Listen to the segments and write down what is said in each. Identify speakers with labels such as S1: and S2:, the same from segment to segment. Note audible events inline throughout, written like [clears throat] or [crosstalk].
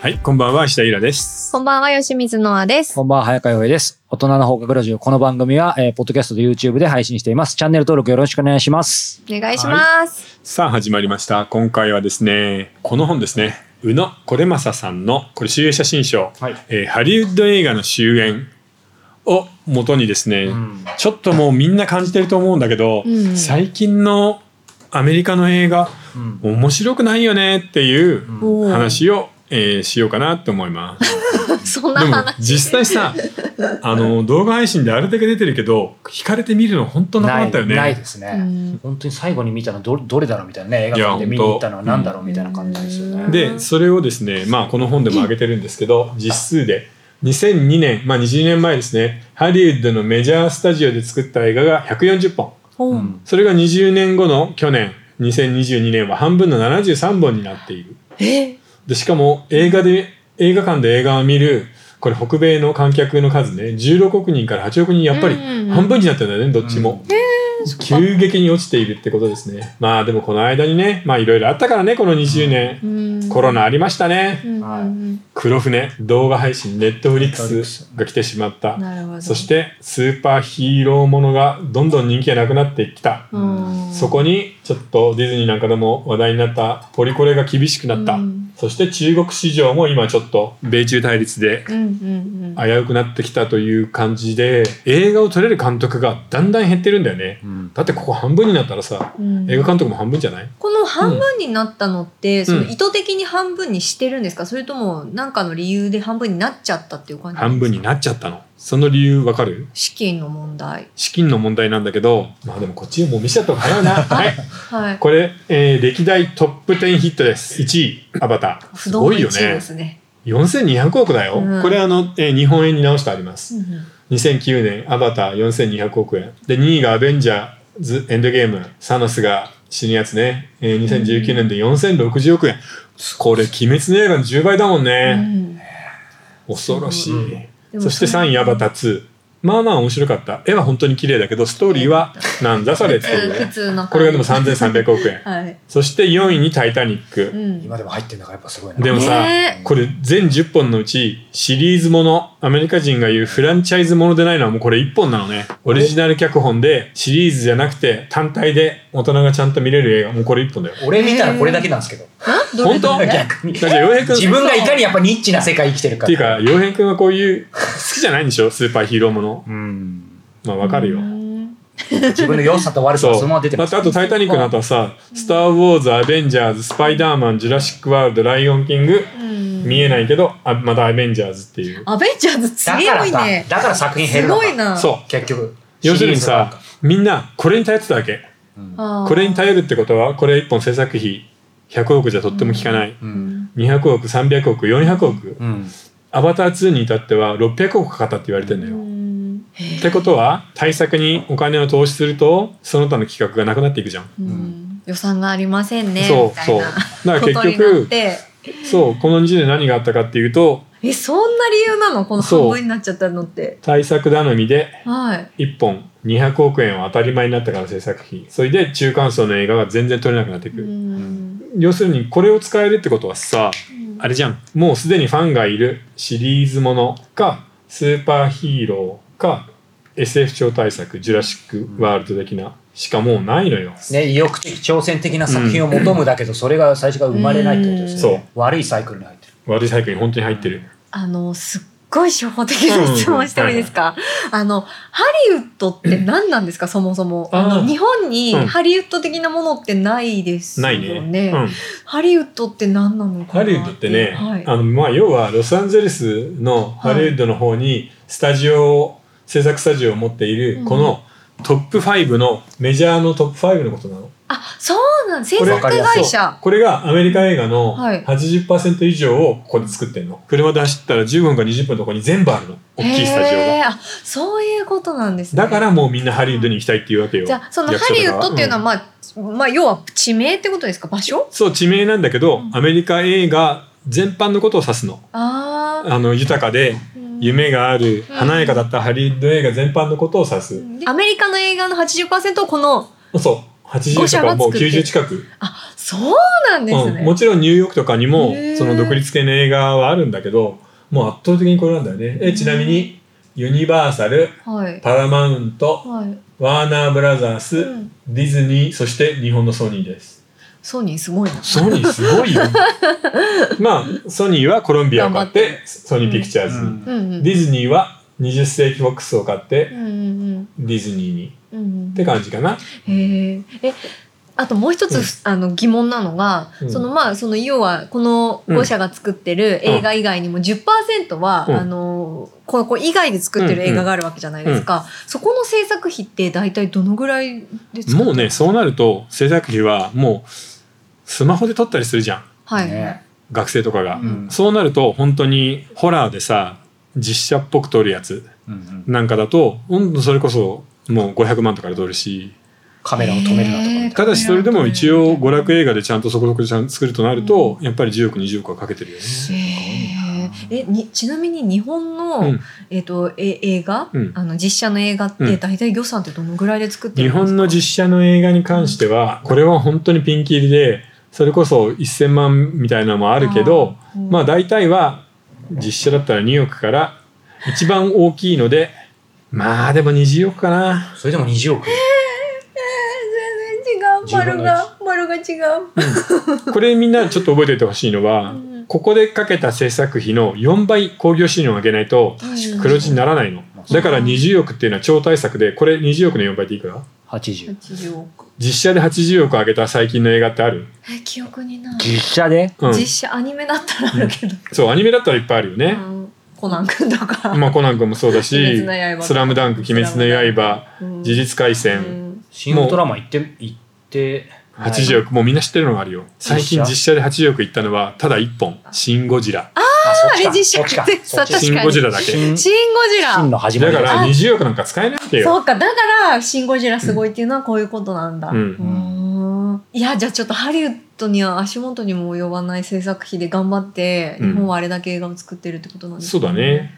S1: はい、こんばんは、石田ゆらです。
S2: こんばんは、吉水のあです。
S3: こんばんは、早川洋平です。大人の放課後ラジオ。この番組は、えーポッドキャストと YouTube で配信しています。チャンネル登録よろしくお願いします。
S2: お願いします。
S1: さあ、始まりました。今回はですね、この本ですね、宇野これまささんの、これ、主演写真賞、
S3: はい
S1: えーハリウッド映画の終演を元にですね、ちょっともうみんな感じてると思うんだけど、
S2: うん
S1: 最近のアメリカの映画、
S3: うん
S1: 面白くないよねっていう
S2: おー
S1: 話を、えーしようかなと思います。
S2: [laughs] そんな
S1: でも
S2: 話。
S1: 実際さ
S3: [laughs]
S1: あの動画配信であれだけ出てるけど惹かれて見るの本当なくなったよね
S3: ないです
S2: う
S3: ね。
S2: ん
S3: 本当に最後に見たのどどれだろうみたいなね、映画館で見に行ったのは何だろうみたいな感じですよ
S2: う
S3: ね。
S2: ん
S1: でそれをですね、まあ、この本でも挙げてるんですけ
S2: [laughs]
S1: ど実数で2002年、まあ、20年前ですねハリウッドのメジャースタジオで作った映画が140本
S2: う
S3: うんん
S1: それが20年後の去年2022年は半分の73本になっている
S2: え
S1: でしかも映画で映画館で映画を見るこれ北米の観客の数ね16億人から8億人やっぱり
S2: うん
S1: 半分になってるんだよねどっちも、急激に落ちているってことですねまあでもこの間にねまあいろいろあったからねこの20年、
S2: うん
S1: コロナありましたね、
S2: うん
S3: はい
S2: うん
S1: 黒船動画配信ネットフリックスが来てしまった
S2: なるほど。
S1: そしてスーパーヒーローものがどんどん人気がなくなってきた、
S2: うん、
S1: そこにちょっとディズニーなんかでも話題になったポリコレが厳しくなった、
S2: うん
S1: そして中国市場も今ちょっと米中対立で
S2: うんうん
S1: 危うくなってきたという感じで映画を撮れる監督がだんだん減ってるんだよね
S3: うん
S1: だってここ半分になったらさ
S2: うん、
S1: 映画監督も半分じゃない
S2: この半分になったのって、その
S1: うん
S2: 意図的に半分にしてるんですか、それとも何かの理由で半分になっちゃったっていう感じ
S1: 半分になっちゃったのその理由わかる
S2: 資金の問題
S1: 資金の問題なんだけどまあでもこっちもう見せちゃった方が早いなはい
S2: はい
S1: これ、えー歴代トップ10ヒットです1位「アバター」
S2: 不
S1: す
S2: 動
S1: ご
S2: の
S1: い
S2: 一
S1: よ
S2: 位で
S1: ね
S2: すね
S1: 4200億だよ、
S2: うん
S1: これあの、えー日本円に直してあります
S2: うんうん
S1: 2009年「アバター」4200億円で2位が「アベンジャーズ・エンドゲーム」サノスが死ぬやつね、えー2019年で4060億円これ「鬼滅の刃」の10倍だもんね、
S2: うん
S1: 恐ろし
S3: うん
S1: い、
S2: でも
S1: そして3位「アバター2」まあまあ面白かった絵は本当に綺麗だけどストーリーはなんだそれってい
S2: 普
S1: う
S2: 通普
S1: ね
S2: 通の
S1: これがでも3300億円
S2: はい、
S1: そして4位に「タイタニッ
S2: う
S1: ク
S2: ん、
S3: 今でも入ってんだからやっぱすごい」な。
S1: でもさ、
S2: ね
S1: これ全10本のうちシリーズものアメリカ人が言うフランチャイズものでないのはもうこれ1本なのねオリジナル脚本でシリーズじゃなくて単体で大人がちゃんと見れる映画もうこれ1本だよ
S3: 俺見たらこれだけなんですけど。
S2: えどれど
S1: 本
S2: れ
S3: [laughs] 逆に。
S1: だから洋平君
S3: 自分がいかにやっぱニッチな世界生きてるか。
S1: っていうか洋平君はこういう好きじゃないんでしょスーパーヒーローもの
S3: うん。
S1: まあわかるよ
S2: うん
S3: 自分の良さと悪さ
S1: そ
S3: は
S1: う
S3: そのまま出て
S1: ま
S3: ま
S1: た
S3: す
S1: あ。と「タイタニック」の後はさ「スター・ウォーズ」「アベンジャーズ」「スパイダーマン」「ジュラシック・ワールド」「ライオン・キング」
S2: うん
S1: 見えないけどあまた「アベンジャーズ」っていう
S2: アベンジャーズ強
S3: だから
S2: い
S3: さ
S2: ね、
S3: だから作品減
S2: す
S3: るのか
S2: ごいな
S1: そう
S3: 結局。
S1: 要するに
S3: シリーズなん
S1: さ
S3: か、
S1: みんなこれに頼ってたわけ。
S2: あー
S1: これに頼るってことは、これ1本制作費100億じゃとっても効かない。
S3: うん。
S1: 200億、300億、400億。
S3: うん。
S1: アバター2に至っては600億かかったって言われてんだ
S2: う
S1: よ。
S2: んへ
S1: ってことは、対策にお金を投資すると、その他の企画がなくなっていくじゃん。
S2: うん予算がありませんね
S1: そう
S2: みたいな
S1: そうだから結
S2: こと
S1: 局
S2: にな [laughs] って
S1: そう、この20年何があったかっていうと、
S2: えそんな理由なのこの
S1: そう
S2: 半分になっちゃったのって
S1: 対策頼みで
S2: はい
S1: 1本200億円は当たり前になったから制作費。それで中間層の映画が全然撮れなくなっていうく。
S2: ん
S1: 要するにこれを使えるってことはさ、あれじゃんもうすでにファンがいるシリーズものかスーパーヒーローか SF 超大作「ジュラシック・ワールド」的なしかもうないのよ、
S3: ね、意欲的挑戦的な作品を求むだけど、それが最初から生まれないってことですね、
S1: そう
S3: 悪いサイクルに入ってる
S1: 悪いサイクルに本当に入ってる、
S2: あのすっごい初歩的な質問してもいいですか、あのハリウッドって何なんですかそもそも
S1: あー
S2: あの日本に
S1: うん
S2: ハリウッド的なものってないですよ
S1: な
S2: ね
S1: いね、うん、
S2: ハリウッドって何なのかな
S1: ハリウッドってね、
S2: はい、
S1: あのまあ、要はロサンゼルスのハリウッドの方にスタジオを、制作スタジオを持っている
S2: うん
S1: このトップ5のメジャーのトップ5のことなの
S2: あそうなん制
S1: これ
S2: 作会
S1: そう
S2: 社
S1: これがアメリカ映画の
S2: はい
S1: 80%以上をここで作ってんの、車で走ったら15分か20分のとこに全部あるの大きいスタジオ
S2: へ
S1: が
S2: ーあそういうことなんですね
S1: だからもうみんなハリウッドに行きたいっていうわけよ
S2: じゃあそのハリウッドっていうのは、
S1: ん
S2: まあまあ要は地名ってことですか場所
S1: そう地名なんだけど、
S2: うん
S1: アメリカ映画全般のことを指すの
S2: ああ
S1: あの豊かで夢がある
S2: うん
S1: 華やかだったハリウッド映画全般のことを指す、
S2: アメリカの映画の80%をこの
S1: そう80とかもう
S2: 五社が作って
S1: 90近く、
S2: あ、そうなんです
S1: うん、
S2: ね。
S1: もちろんニューヨークとかにも
S2: へー
S1: その独立系の映画はあるんだけどもう圧倒的にこれなんだよねえちなみにユニバーサル
S2: はい。
S1: パラマウント
S2: はい。
S1: ワーナーブラザース、
S2: うん
S1: ディズニーそして日本のソニーです
S2: ソニーすごいな。
S1: ソニーすご
S2: [laughs]
S1: いよまあソニーはコロンビアを買って
S2: 頑張
S1: ソニーピクチャーズに、
S2: うんうん。
S1: ディズニーは20世紀フォックスを買って
S2: うんうん
S1: ディズニーに
S2: うん。うんうん
S1: って感じかな
S2: へえ。え、あともう一つ、
S1: うん
S2: あの疑問なのが、
S1: うん
S2: そのまあその要はこの
S1: うん
S2: 5社が作ってる映画以外にも10%は、
S1: うん
S2: あのここ以外で作ってる映画があるわけじゃないですか。そこの制作費って大体どのぐらいで作る
S1: もうねそうなると制作費はもうスマホで撮ったりするじゃん
S2: はい、
S3: ね
S1: 学生とかが、
S3: うん
S1: そうなると本当にホラーでさ実写っぽく撮るやつ
S3: うんうん
S1: なんかだとほんとそれこそもう500万とかで撮るし
S3: カメラを止めるなとかね
S2: へー
S1: ただしそれでも一応娯楽映画でちゃんとそこそこちゃんと作るとなると、やっぱり10億20億はかけてるよね。
S2: へええにちなみに日本の、
S1: うん
S2: えっとえ映画、
S1: うん
S2: あの実写の映画っ
S1: う
S2: て
S1: ん
S2: 大体予算ってどのぐらいで作って
S1: 日
S2: るんですか
S1: 本の実写の映画に関してはこれは本当にピンキリでそれこそ1,000万みたいなのもあるけど
S2: あーうん
S1: まあ大体は実写だったら2億から一番大きいのでまあでも20億かな
S3: それでも20億
S2: 全然違う丸が丸が違う
S1: これみんなちょっと覚えておいてほしいのは
S2: うん
S1: ここでかけた制作費の4倍興行収入を上げないと黒字にならないのだから20億っていうのは超大作でこれ20億の4倍っていくら
S3: 80
S2: 80億
S1: 実写で80億上げた最近の映画ってある、
S2: え記憶にない、
S3: 実写で
S1: うん、
S2: 実写アニメだったらあるけど、
S1: そうアニメだったらいっぱいあるよね、
S2: あのコナン君と [laughs] か、
S1: まあ、コナン君もそうだ
S2: 鬼
S1: し
S2: 滅の
S1: 「
S2: 刃
S1: スラムダンク鬼滅の刃」
S2: うん
S1: 「呪術廻
S2: う
S1: 戦
S2: ん
S3: 新ウルトラマン行って行って」
S1: 80億もうみんな知ってるのがあるよ最近
S3: 実写
S1: 実写で80億いったのはただ1本「シン・ゴジラ」
S3: あ
S2: あれ実写化で
S3: そっ
S2: 確
S3: ちか
S2: かに
S1: シン・ゴジラ」だけ
S3: 新
S2: シン・ゴジ
S3: 新
S2: ラ
S3: の始ま
S1: だ
S3: り
S1: か
S3: だ
S1: ら20億なんか使えないわけよ
S2: そうかだからシン・ゴジラすごいっていうのはこういうことなんだ、
S1: うん
S2: うんいやじゃあちょっとハリウッドには足元にも及ばない制作費で頑張って
S1: うん
S2: 日本はあれだけ映画を作ってるってことなんです
S1: そうだね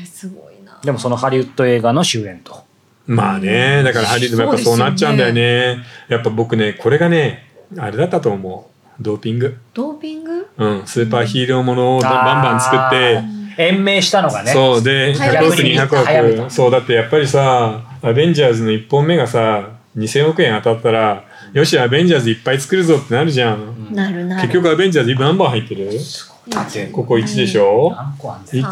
S2: えーすごいな
S3: でもそのハリウッド映画の主演と
S1: まあねだからハリウッドもやっぱそうなっちゃうんだよねやっぱ僕ねこれがねあれだったと思うドーピング、
S2: ドーピング
S1: うん、スーパーヒーローものを
S3: あー
S1: バンバン作って
S3: 延命したのがね
S1: そうで
S2: 早
S1: 100億
S2: めに
S3: 早め
S1: 200
S3: に
S1: 億そうだってやっぱりさアベンジャーズの1本目がさ2000億円当たったらよしアベンジャーズいっぱい作るぞってなるじゃん
S2: なるなる
S1: 結局アベンジャーズ今何本入ってる
S3: だって
S1: ここ1でしょ
S3: 何個あんだよ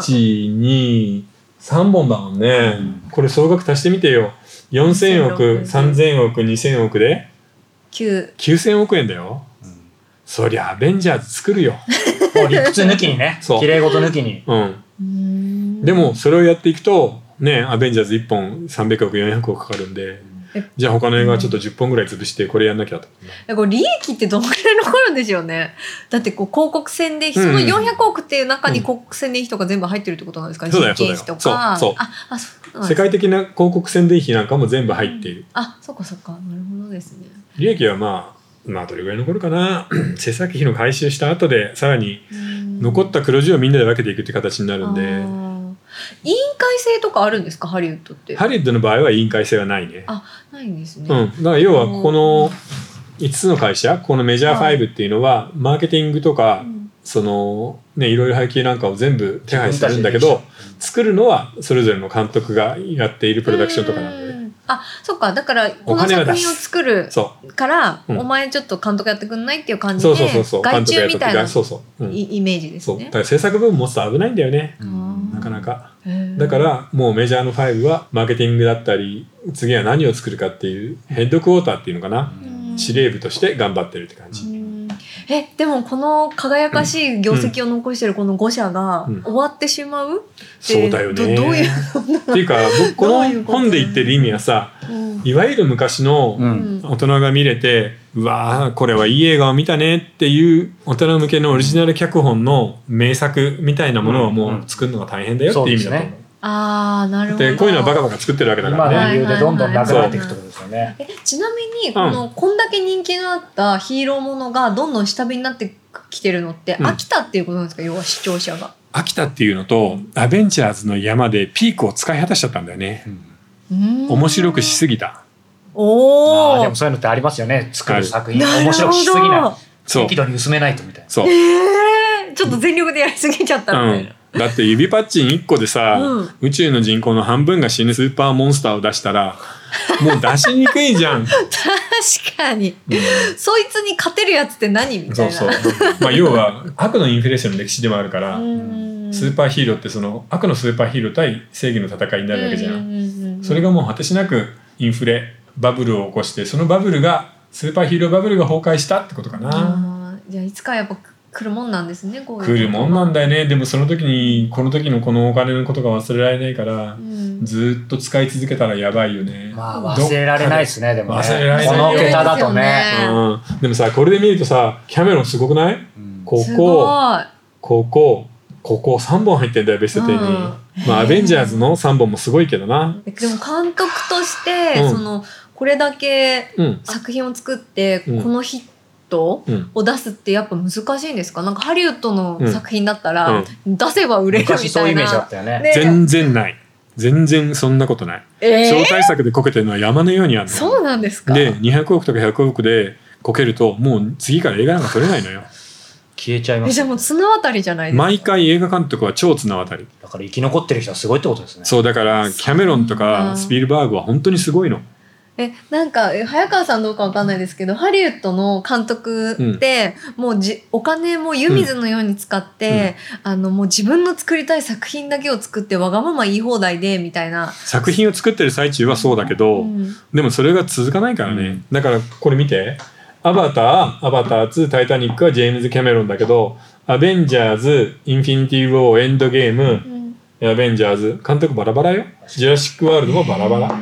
S1: 123本だもんねこれ総額足してみてよ4000億3000億2000億で
S2: 9
S1: 9000億円だよそりゃアベンジャーズ作
S3: [laughs]
S1: るよ
S3: もう理屈抜きにね
S1: そう
S3: 綺麗事抜きに
S1: うん
S2: うーん
S1: でもそれをやっていくとねアベンジャーズ1本300億400億かかるんで
S2: え
S1: じゃあ他の映画はちょっと10本ぐらい潰してこれやんなきゃと、
S2: えこれ利益ってどのくらい残るんでしょうねだってこう広告宣伝費その
S1: うん
S2: 400億っていう中に
S1: うん
S2: 広告宣伝費とか全部入ってるってことなんですかね
S1: そうだよ
S2: 人件費と
S1: そうだ
S2: か
S1: よそうそう
S2: ああそうなん
S1: 世
S2: ですか
S1: 界的な広告宣伝費なんかも全部入っている
S2: あそっかそっかなるほどですね
S1: 利益はまあまあどれぐらい残るかな [clears throat] 制作費の回収した後でさらに残
S2: 残
S1: った黒字をみんなで分けていくって形になるんで
S2: 委員会制とかあるんですかハリウッドって
S1: ハリウッドの場合は委員会制はないね
S2: あないんですね、
S1: うんだから要はここの5つの会社このメジャー
S2: はい
S1: 5っていうのはマーケティングとか
S2: うん
S1: そのねいろいろ背景なんかを全部手配するんだけ
S3: 自分
S1: ど
S3: たちででき
S1: 作るのはそれぞれの監督がやっているプロダクションとかなんで、ね、
S2: うんあそっかだからこ
S1: お
S2: の
S1: 金は
S2: 作
S1: 出
S2: 品を
S1: す
S2: 作る
S1: そ
S2: から、
S1: うん
S2: お前ちょっと監督やってくんないっていう感
S1: う
S2: じ
S1: そ
S2: で
S1: うそうそうそう
S2: 外注みたいな
S1: がそうそう、うん、
S2: イイメージです
S1: そうだ
S2: ね
S1: から制作部分持つと危ないんだよね
S3: た
S2: うん
S1: なかなかだ
S2: だ
S1: からもうメジャーの5はマーケティングだったり次は何を作るかっていうヘッドクォーターっていうのかな
S2: うん
S1: 司令部として頑張ってるって感じ、
S2: うんえでもこの輝かしい業績を残してるこの5社が
S1: うん
S2: 終わってしまう、
S1: そうだよね
S2: どどういう
S1: っていうか僕こ
S2: [laughs] どうい
S1: の
S2: うこと
S1: 本で言ってる意味はさ
S2: うん
S1: いわゆる昔の
S3: う
S2: うんん
S1: 大人が見れてうわあこれはいい映画を見たねっていう大人向けのオリジナル脚本の名作みたいなものは
S3: う
S1: も
S3: ん
S1: う作るのが大変だよっていう意味だと思う。
S3: そうで
S2: ああなるほど
S1: でこういうのはバカバカ作ってるわけだか
S3: 今の
S1: らね。
S3: 理由でどんどんなくなっていくってことですよね
S2: えちなみにこの、こんだけ人気のあったヒーローものがどんどん下火になってきてるのって、
S1: うん
S2: 飽きたっていうことなんですか要は視聴者が。
S1: 秋田っていうのとアベンジャーズの山でピークを使い果たしちゃったんだよね。
S3: うん
S2: 面
S1: 面白くしすぎた。
S2: お
S4: あー
S2: お
S4: でもそういうのってありますよね作る作品
S2: なるほど
S4: 面白くしすぎない
S1: そう
S4: 適度に薄めないとみたい
S1: そう、
S2: ええー、ちょっと全力でやりすぎちゃったみたいな、
S1: うん、だって指パッチン1個でさ、
S2: うん
S1: 宇宙の人口の半分が死ぬスーパーモンスターを出したらもう出しにくいじゃん、
S2: 確かに、そいつに勝てるやつって何みた
S1: そ
S2: いうな
S1: そう
S2: [laughs]
S1: まあ要は悪のインフレーションの歴史でもあるから、
S2: うん
S1: スーパーヒーローってその悪のスーパーヒーロー対正義の戦いになるわけじゃん、
S2: うんうんうんうん
S1: それがもう果てしなくインフレバブルを起こしてそのバブルがスーパーヒーローバブルが崩壊したってことかな、
S2: あーじゃあいつかやっぱ来るもんなんですねこういう
S1: 来るもんなんだよねでもその時にこの時のこのお金のことが忘れられないから
S2: う、ん
S1: ずーっと使い続けたらやばいよね、
S4: なまあ忘れられないですねでもね
S1: 忘れられない
S4: この桁だとね
S1: うん、でもさこれで見るとさキャメロンすごくない
S4: うん
S1: こ
S2: すご
S1: こ
S2: い
S1: ここここ3本入ってんだよベスト10に、
S2: うん
S1: まあ
S2: へー
S1: アベンジャーズの3本もすごいけどな
S2: でも監督として、
S1: うん
S2: そのこれだけ
S1: うん
S2: 作品を作って、
S1: うん
S2: このヒット
S1: うん
S2: を出すってやっぱ難しいんですかなんかハリウッドの作品だった
S1: う
S2: ら
S1: ん、
S2: 出せば売れるみたいな。
S4: 昔そういうイメージだったよね
S2: ね
S1: 全然ない全然そんなことない、
S2: えー
S1: 超大作でこけてるのは山のようにあるの
S2: そうなんですか
S1: で200億とか100億でこけるともう次から映画なんか撮れないのよ
S4: 消えちゃいま
S2: え
S4: す
S2: じゃあもう綱渡りじゃないですか。
S1: 毎回映画監督は超綱渡り
S4: だから生き残ってる人はすごいってことですね
S1: そうだからキャメロンとかスピルバーグは本当にすごいの
S2: えなんかえ早川さんどうかわかんないですけどハリウッドの監督って、もうじお金も湯水のように使って、あのもう自分の作りたい作品だけを作ってわがまま言い放題でみたいな。
S1: 作品を作ってる最中はそうだけ
S2: う
S1: ど、
S2: ん
S1: でもそれが続かないからね、
S4: うん
S1: だからこれ見て「アバター」「アバター2」「タイタニック」はジェームズ・キャメロンだけど「アベンジャーズ」「インフィニティ・ウォー」「エンドゲーム」「
S2: うん
S1: アベンジャーズ」監督バラバラよ「ジュラシック・ワールド」もバラバラ
S2: へ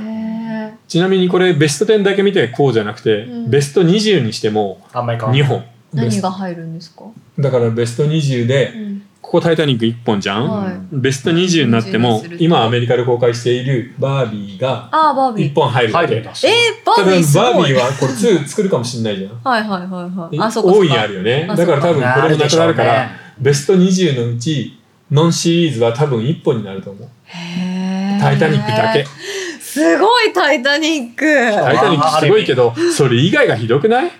S1: ちなみにこれベスト10だけ見てこうじゃなくて、
S2: うん
S1: ベスト20にしても
S4: あんまり変わんない
S1: 2本
S2: ー何が入るんですか、
S1: だからベスト20
S2: う
S1: で
S2: ん
S1: ここ「タイタニック」1本じゃん、
S2: はい
S1: ベスト20になって
S2: 20に
S1: も
S2: すると
S1: 今アメリカで公開している「バービー」が
S2: あーバービ
S1: 1
S2: ー。
S1: 本入るわ
S4: 入
S1: け
S4: るんだ
S2: えー、バ
S1: ただ
S2: ー
S1: バ
S2: ビーす
S1: ー
S2: ご
S1: ビ
S2: い。
S1: ーはこれ2作るかもしんないじゃん
S2: はいはいはいはい。 [laughs] あそうかそうか
S1: 大いにあるよね
S2: あ
S1: だから多分これもなくなるから、
S4: あるでしょうね
S1: ベスト20のうちノンシリーズは多分1本になると思う
S2: へ
S1: 「
S2: ー
S1: タイタニック」だけ。
S2: すごいタイタニ
S1: 「
S2: ック。
S1: タイタニック」すごいけどそれ以外がひどくない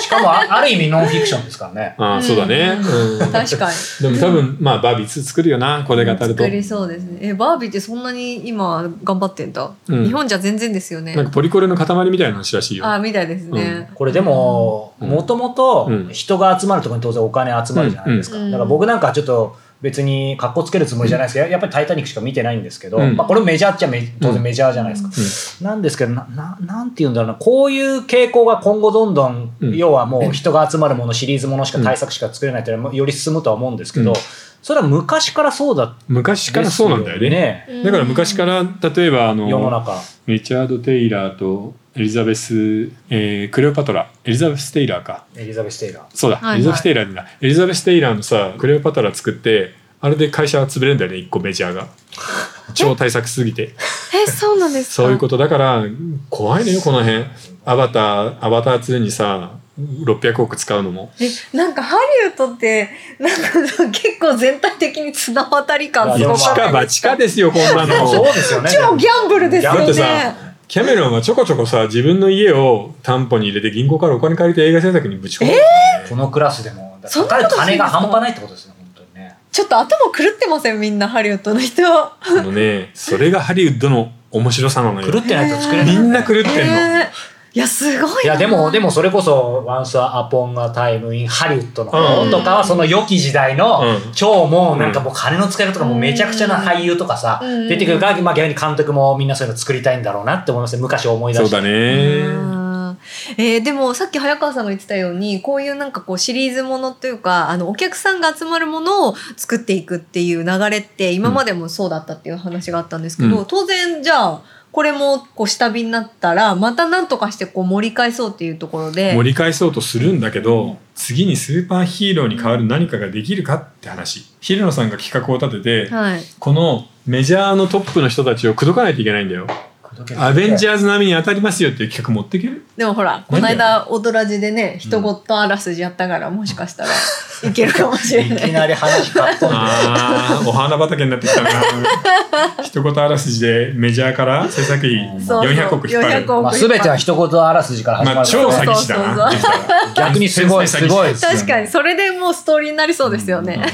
S4: しかもあある意味ノンフィクションですからね
S1: ああそうだね、うん
S2: 確かに。
S1: でも多分まあバービー2作るよなこれが当たると
S2: 作りそうですねえバービーってそんなに今頑張ってんだ、
S1: うん
S2: 日本じゃ全然ですよね
S1: なんかポリコレの塊みたいな話らしいよ
S2: あみたいですね、
S4: これでも
S1: うん
S4: もともと
S1: うん
S4: 人が集まるところに当然お金集まるじゃないですか、
S2: うんうん
S4: だから僕なんかはちょっと別に格好つけるつもりじゃないですけどやっぱり「タイタニック」しか見てないんですけど、
S1: うん
S4: まあ、これメジャーっちゃメ当然メジャーじゃないですか、なんですけどなななんて言うんだろうなこういう傾向が今後どんどん、
S1: うん
S4: 要はもう人が集まるものシリーズものしか対策しか作れないというのはより進むとは思うんですけど、
S1: うん
S4: それは昔からそうだった
S1: 昔からそうなんだよね
S2: うん
S1: だから昔から例えばあ
S4: 世の
S1: の
S4: 中
S1: リチャード・テイラーとエリザベス、えークレオパトラエリザベス・テイラーか
S4: エリザベス・テイラー
S1: そうだ、
S2: はいはい
S1: エリザベス・テイラーだエリザベス・テイラーのさクレオパトラ作ってあれで会社は潰れるんだよね一個メジャーが超対策すぎて
S2: えそうなんですか
S1: そういうことだから怖いのよこの辺アバターアバター2にさ600億使うのも
S2: えなんかハリウッドってなんか結構全体的に綱渡り感
S4: あ
S2: す
S1: 一
S2: ご
S4: でも
S2: かっ
S1: か
S2: た
S1: 八かですよこんな
S4: [laughs] そ
S1: の
S4: うですよね
S2: 超ギャンブルです
S1: だ
S2: よ
S1: って
S2: ね
S1: さキャメロンはちょこちょこさ自分の家を担保に入れて銀行からお金借りて映画制作にぶち込む、
S4: このクラスでもだ
S2: そん
S4: か
S2: なこと
S4: かる金が半端ないってことですね本当にね
S2: ちょっと頭狂ってませんみんなハリウッドの人
S1: あのねそれがハリウッドの面白さなの
S4: 狂
S1: よ
S4: ってないと作れない
S1: みんな狂ってんの、
S2: えーいやすごい
S4: い
S2: な
S4: やでもでもそれこそ「Once Upon a Time in Hollywood」の方とかはその良き時代の
S1: うん
S4: 超もうなんかもう金の使い方とかもうめちゃくちゃな俳優とかさ
S2: うん
S4: 出てくるからまあ逆に監督もみんなそういうの作りたいんだろうなって思いますね昔を思い出
S1: そう
S4: して
S1: だね
S2: うんえーでもさっき早川さんが言ってたようにこういうなんかこうシリーズものというかあのお客さんが集まるものを作っていくっていう流れって今までもそうだったっていう話があったんですけど、
S1: う
S2: 当然じゃあこれもこう下火になったらまた何とかしてこう盛り返そうっていうところで
S1: 盛り返そうとするんだけど、次にスーパーヒーローに代わる何かができるかって話平野さんが企画を立てて、
S2: はい
S1: このメジャーのトップの人たちを口説かないといけないんだよ
S4: 口届け
S1: アベンジ
S4: ャー
S1: ャーズ並みに当たりますよっていう企画持っていける
S2: でもほらこの間「オドラジ」でね人ごとあらすじやったからもしかしたらいけるかもし
S1: [laughs]
S2: れ
S4: い
S2: な
S4: き
S2: い
S4: なり話かっ
S2: [laughs]
S4: 飛んで
S1: ああ、お花畑になってきたな。 [laughs] 一言あらすじでメジャーから制作費
S2: そうそう
S1: 400億引っ張る。
S2: 400億
S4: まあ、全ては一言あらすじから始まる
S1: まあ、
S4: から
S1: 超詐
S4: ね、
S1: 欺師だな。
S2: そう
S1: できたら
S4: 逆にすごいすごいです
S2: [laughs] 確かにそれでもうストーリーになりそうですよね、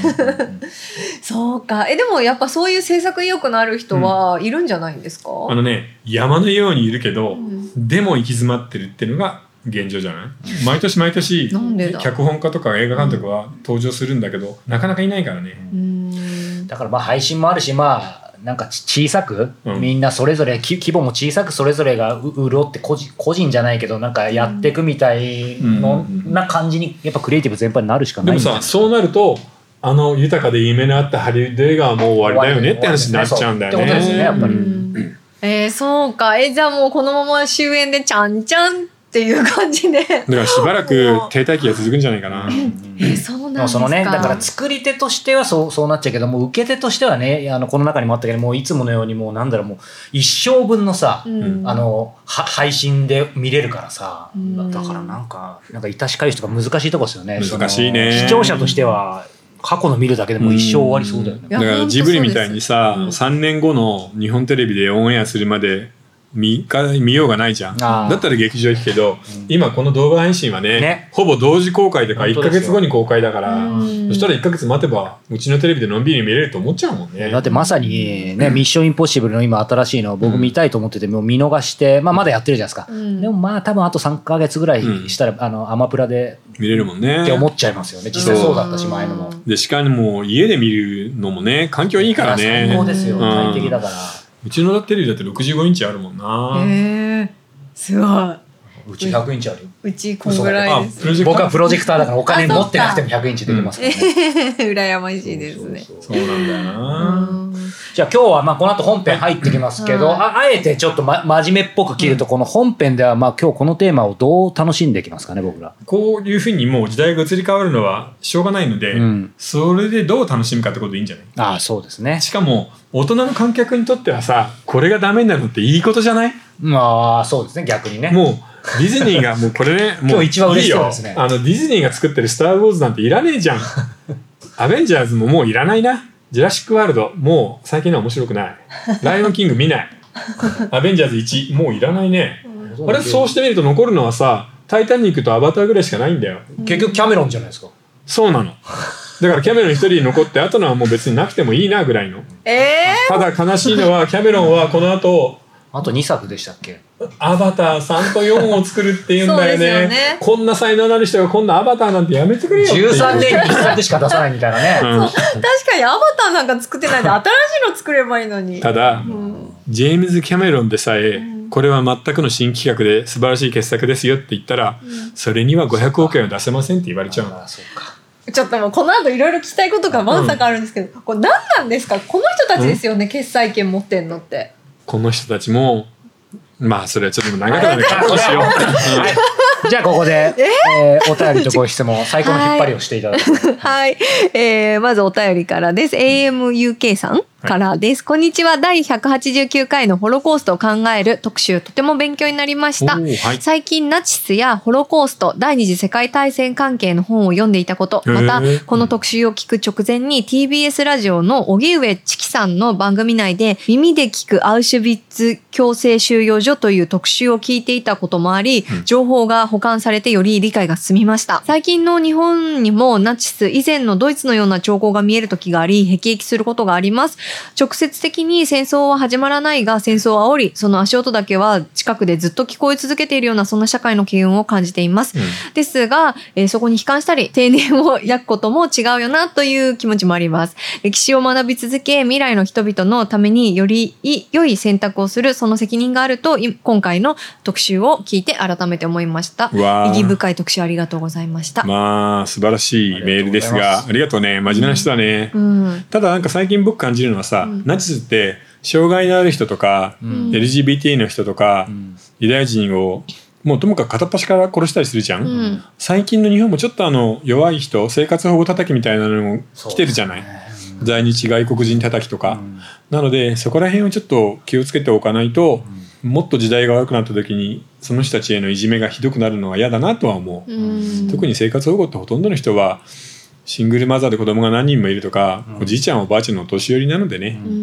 S2: そうかえでもやっぱそういう制作意欲のある人はいるんじゃないんですか、
S1: あのね、山のようにいるけど、
S2: ん
S1: でも行き詰まってるっていうのが現状じゃない毎年毎年
S2: なんでだ
S1: 脚本家とか映画監督は登場するんだけど、なかなかいないからね。
S2: うん
S4: だからまあ配信もあるしまあなんかち小さく、
S1: うん
S4: みんなそれぞれき規模も小さくそれぞれがう潤って個人個人じゃないけどなんかやっていくみたいの、
S1: うんうん
S4: な感じにやっぱクリエイティブ全般になるしか
S1: で
S4: ない
S1: も
S4: んだよ
S1: さ、そうなるるとあの豊かで夢のあったハリウッド映画はもう終わりだよねって話になっちゃうんだよね。
S4: 終わりですねそうってことですねやっぱり
S2: うんえーそうかえじゃあもうこのまま終演でちゃんちゃんっていう感じで
S1: だからしばらく停滞期が続くんじゃないかな。
S2: えーそうなん
S4: で
S2: で
S4: も
S2: す
S4: そ
S2: か
S4: のねだから作り手としてはそうそうなっちゃうけどもう受け手としてはねあのこの中にもあったけどもういつものようにもうなんだろうもう一生分のさ、
S2: うん
S4: あのは配信で見れるからさ、
S2: うん
S4: だからなんかなんか致し返しとか難しいとこですよね
S1: 難しいね
S4: その視聴者としては過去の見るだけでもう一生終わりそうだよね
S2: いや
S1: だからジブリみたいにさ、
S2: 本当そ
S1: 3年後の日本テレビでオンエアするまで見か見ようがないじゃん
S4: あー
S1: だったら劇場行くけど、
S4: ん
S1: 今この動画配信はね
S4: ね
S1: ほぼ同時公開だから1
S4: 本
S1: か
S4: 当です
S1: 月
S4: よ
S1: 後に公開だから
S2: うん
S1: そしたら1か月待てばうちのテレビでのんびり見れると思っちゃうもんね
S4: だってまさにね、ミッションインポッシブルの今新しいのを僕見たいと思ってて、もう見逃して、まあまだやってるじゃないです
S2: う
S4: か。
S2: ん
S4: でもまあ多分あと3ヶ月ぐらいしたら、あの、アマプラで
S1: 見れるもんね
S4: って思っちゃいますよね。実際そうだったし、前のも。
S1: でしかも家で見るのもね環境いいからね
S4: 最高ですよ。
S1: うん
S4: 快適だから。
S1: うちのテレビだって65インチあるもんな、
S2: へえーすごいう
S4: ち100インチあるよ。
S2: うちこんぐらいです
S1: プロジェク
S4: 僕は
S1: ター
S4: プロジェクターだからお金持ってなくても100インチ出てますからね。
S2: 羨ましいですね
S4: そうそうそ
S1: そ
S4: う
S1: うなんだよな、
S4: じゃあ今日はまあこの後本編入ってきますけど、
S2: はい
S4: ああえてちょっと、ま、真面目っぽく切ると、この本編ではまあ今日このテーマをどう楽しんでいきますかね、僕ら。
S1: こういうふうにもう時代が移り変わるのはしょうがないので、
S4: うん
S1: それでどう楽しむかってことでいいんじゃない
S4: ああ、そうですね。
S1: しかも大人の観客にとってはさこれがダメになるのっていいことじゃない
S4: まあ、そうですね、逆にね。
S1: もうディズニーがもうこれ
S4: [laughs]
S1: ねも
S4: 今日一番嬉しそうですね
S1: いいよあのディズニーが作ってる「スター・ウォーズ」なんていらねえじゃんアベンジャーズももういらないなジュラシック・ワールドもう最近のは面白く
S4: [laughs]
S1: ないライオンキング見ないアベンジャーズ1もういらないねあれそうしてみると残るのはさ「タイタニック」と「アバター」ぐらいしかないんだよ
S4: 結局キャメロンじゃないですか。
S1: そうなのだからキャメロン一人残ってあとのはもう別になくてもいいなぐらいの
S2: え
S1: ただ悲しいのはキャメロンはこの後
S4: あと2作でしたっけ
S1: アバター3と4を作るっていうんだよ
S2: そうです
S1: ね
S2: よね
S1: こんな才能のある人がこんなアバターなんてやめてくれよっていう
S4: ?13 年に1作しか出さないみたいなね。
S2: ー、確かにアバターなんか作ってないで新しいの作ればいいのに
S1: ただ
S2: うん
S1: ジェームズ・キャメロンでさえこれは全くの新企画で素晴らしい傑作ですよって言ったらそれには500億円は出せませんって言われちゃう
S4: あ
S1: の
S4: あそうか。
S2: ちょっともうこの後いろいろ聞きたいことがまさかあるんですけど、これ何なんですかこの人たちですよね、決済権持ってんのって
S1: この人たちもまあそれはちょっと長くなるからどうしよううん
S4: じゃあここで、えーお便りとご質問、 [laughs] 最高の引っ張りをしていただきます。
S2: はい、えー、まずお便りからです AMUK さんからです、こんにちは第189回のホロコーストを考える特集とても勉強になりました
S1: おーはい
S2: 最近ナチスやホロコースト第二次世界大戦関係の本を読んでいたこと
S1: へー
S2: またこの特集を聞く直前に TBS ラジオの荻上知紀さんの番組内で耳で聞くアウシュビッツ強制収容所という特集を聞いていたこともあり情報が保管されてより理解が進みました最近の日本にもナチス以前のドイツのような兆候が見える時があり辟易することがあります直接的に戦争は始まらないが戦争を煽りその足音だけは近くでずっと聞こえ続けているようなそんな社会の機運を感じています、ですが、えーそこに悲観したり定年を抱くことも違うよなという気持ちもあります歴史を学び続け未来の人々のためにより良い選択をするその責任があるとい今回の特集を聞いて改めて思いました
S1: うわー
S2: 意義深い特集ありがとうございました、
S1: まあ素晴らしいメールですがありがとうね真面目な人だね、
S2: うん
S1: ただなんか最近僕感じるのはさ、ナチスって障害のある人とか、
S2: ん
S1: LGBT の人とか、ユダヤ人をもうともかく片っ端から殺したりするじゃん、
S2: うん
S1: 最近の日本もちょっとあの弱い人生活保護叩きみたいなのも来てるじゃない、在日外国人叩きとか、なのでそこら辺をちょっと気をつけておかないと、もっと時代が悪くなった時にその人たちへのいじめがひどくなるのは嫌だなとは思う、
S2: うん
S1: 特に生活保護ってほとんどの人はシングルマザーで子供が何人もいるとか、
S4: うん
S1: おじいちゃんおばあちゃんのお年寄りなのでね、
S2: う
S1: うん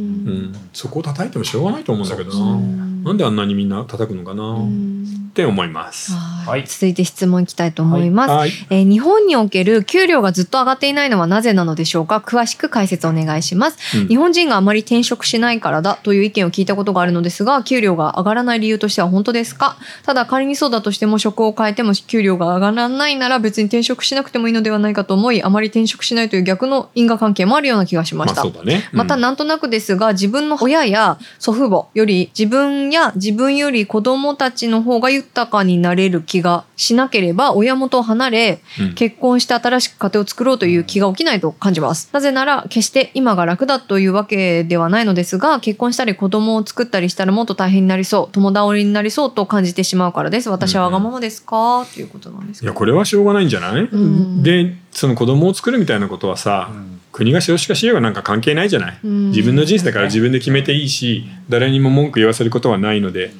S2: ん
S1: そこを叩いてもしょうがないと思うんだけど
S2: う
S1: な、
S2: ん
S1: なんであんなにみんな叩くのかな、
S2: う
S1: っ
S2: ん
S1: て思います。
S2: は
S4: はいい
S2: 続いて質問いきたいと思います、
S1: はい、
S2: えー日本における給料がずっと上がっていないのはなぜなのでしょうか詳しく解説お願いします
S1: うん
S2: 日本人があまり転職しないからだという意見を聞いたことがあるのですが給料が上がらない理由としては本当ですかただ仮にそうだとしても職を変えても給料が上がらないなら別に転職しなくてもいいのではないかと思いあまり転職しないという逆の因果関係もあるような気がしま
S1: まあ
S2: した、
S1: そうだね。
S2: また
S1: うん
S2: なんとなくですが自分の親や祖父母より自分や自分より子供たちの方が豊かになれる気がしなければ親元を離れ
S1: うん
S2: 結婚して新しく家庭を作ろうという気が起きないと感じます。なぜなら決して今が楽だというわけではないのですが結婚したり子供を作ったりしたらもっと大変になりそう友倒れになりそうと感じてしまうからです。私はわがままですか、ということなんです
S1: い
S2: けど
S1: やこれはしょうがないんじゃない、
S2: うん
S1: でその子供を作るみたいなことはさ、国が少子化しようがなんか関係ないじゃない、
S2: うん
S1: 自分の人生だから自分で決めていいし誰にも文句言わせることはないので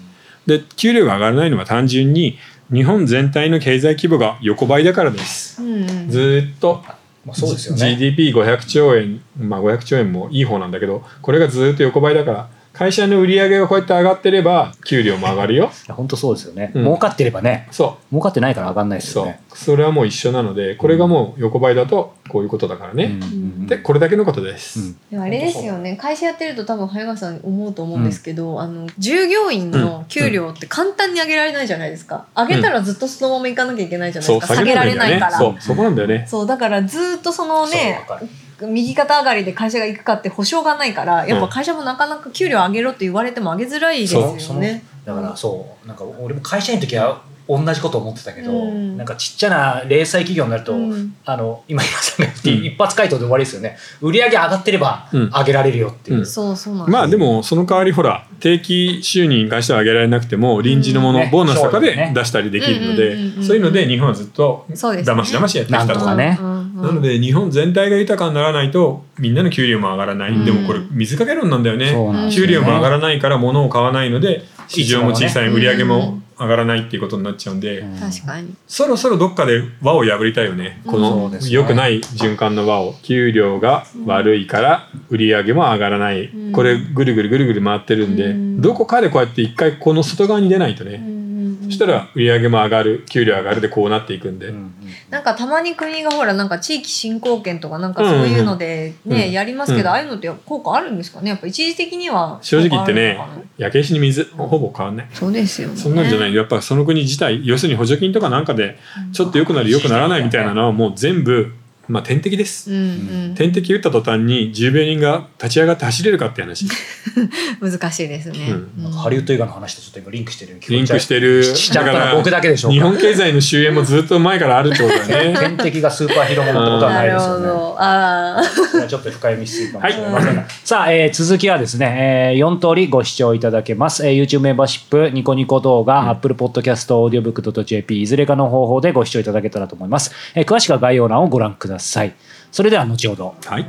S1: で給料が上がらないのは単純に日本全体の経済規模が横ばいだからです
S2: うん
S1: ずーっと
S4: まあ、そうですよね。
S1: GDP500 兆円まあ500兆円もいい方なんだけどこれがずーっと横ばいだから会社の売り上げがこうやって上がってれば給料も上がるよ
S4: いや本当そうですよね、
S1: うん
S4: 儲かってればね
S1: そう
S4: 儲かってないから上がんないですよ
S1: そ
S4: ね
S1: うそれはもう一緒なのでこれがもう横ばいだとこういうことだからね、
S4: うん
S1: でこれだけのことです、
S4: うん
S2: でもあれですよね会社やってると多分早川さん思うと思うんですけど、あの従業員の給料って簡単に上げられないじゃないですか上げたらずっとそのままいかなきゃいけないじゃない
S1: そ
S2: で
S1: う
S2: すか、下げられないから
S1: そ
S2: そう
S1: うそこなんだよね
S2: だからずっとそのね
S4: そうわかる
S2: 右肩上がりで会社が行くかって保証がないからやっぱ会社もなかなか給料上げろって言われても上げづらいです
S4: そう
S2: よ
S4: その
S2: ね。
S4: だからそうなんか俺も会社員の時は同じこと思ってたけど、
S2: うん
S4: なんかちっちゃな零細企業になると、
S2: うん
S4: あの今言いました
S1: う
S4: ね、
S1: ん
S4: 一発回答で終わりですよね売り上げ上がってれば
S1: うん
S4: 上げられるよっていう、
S1: うん
S2: そうそうなんです
S1: まあでもその代わりほら定期収入に関しては上げられなくても臨時のもの、
S4: うんね
S1: ボーナスとか
S4: そうよ
S1: で
S4: ね
S1: 出したりできるの
S2: うんうんうんう
S1: で
S2: ん
S1: そういうので日本はずっと
S2: そうですね
S1: だましだましやってきた
S4: なん
S1: と
S4: と
S1: か
S4: かね
S2: うんうんうん
S1: なので日本全体が豊かにならないとみんなの給料も上がらない、
S4: うん
S1: でもこれ水かけ論なんだよね
S4: そうなんです
S1: 給
S4: よね
S1: 料も上がらないから物を買わないので市場も小さい、
S2: うん
S1: 売り上げも上がらないっていうことになっちゃうんで、
S4: うん
S2: 確かに、
S1: そろそろどっかで輪を破りたいよねこ
S4: そう
S1: の
S4: ですね
S1: 良くない循環の輪を給料が悪いから売り上げも上がらない、
S2: うん
S1: これぐるぐるぐるぐる回ってるんで、
S2: うん
S1: どこかでこうやって一回この外側に出ないとね、
S2: うん
S1: そしたら売り上げも上がる給料上がるでこうなっていくんで、
S4: うんうん
S2: なんかたまに国がほらなんか地域振興券とかなんかそういうので
S1: うんうん
S2: ね、
S1: うん
S2: やりますけど、
S1: うん
S2: ああいうのって効果あるんですかねやっぱ一時的には
S1: 正直言ってね
S2: 効果あるのかな
S1: 焼け石に水ほぼ変わんない
S2: そうですよね
S1: そんなんじゃないいやっぱその国自体要するに補助金とかなんかでちょっと良くなる良くならないみたいなのはもう全部、まあ、天敵です
S2: うんうん、
S1: 天敵打った途端に10秒人が立ち上がって走れるかって話
S2: 難しいですね、
S1: う
S2: うん
S4: なんかハリウッド映画の話とちょっと今リンクしてるように聞こ
S1: リ
S4: え
S1: ン
S4: ちゃう
S1: クしてる
S4: しちゃったのは僕だけでしょうか
S1: 日本経済の終焉もずっと前からあるってことだよね。
S4: [laughs] 天敵がスーパーヒーローものってことは
S2: [laughs] な
S4: ないで
S2: る
S4: すよ
S2: ほ
S4: ね
S2: どああ
S4: それはちょっと深読みしすぎかもしれませんが、
S1: は
S4: さあ、えー続きはですね、え4通りご視聴いただけます、えー YouTube メンバーシップニコニコ動画、Apple Podcast オーディオブックドット .jp いずれかの方法でご視聴いただけたらと思います、えー詳しくは概要欄をご覧くださいそれでは後ほど
S1: はい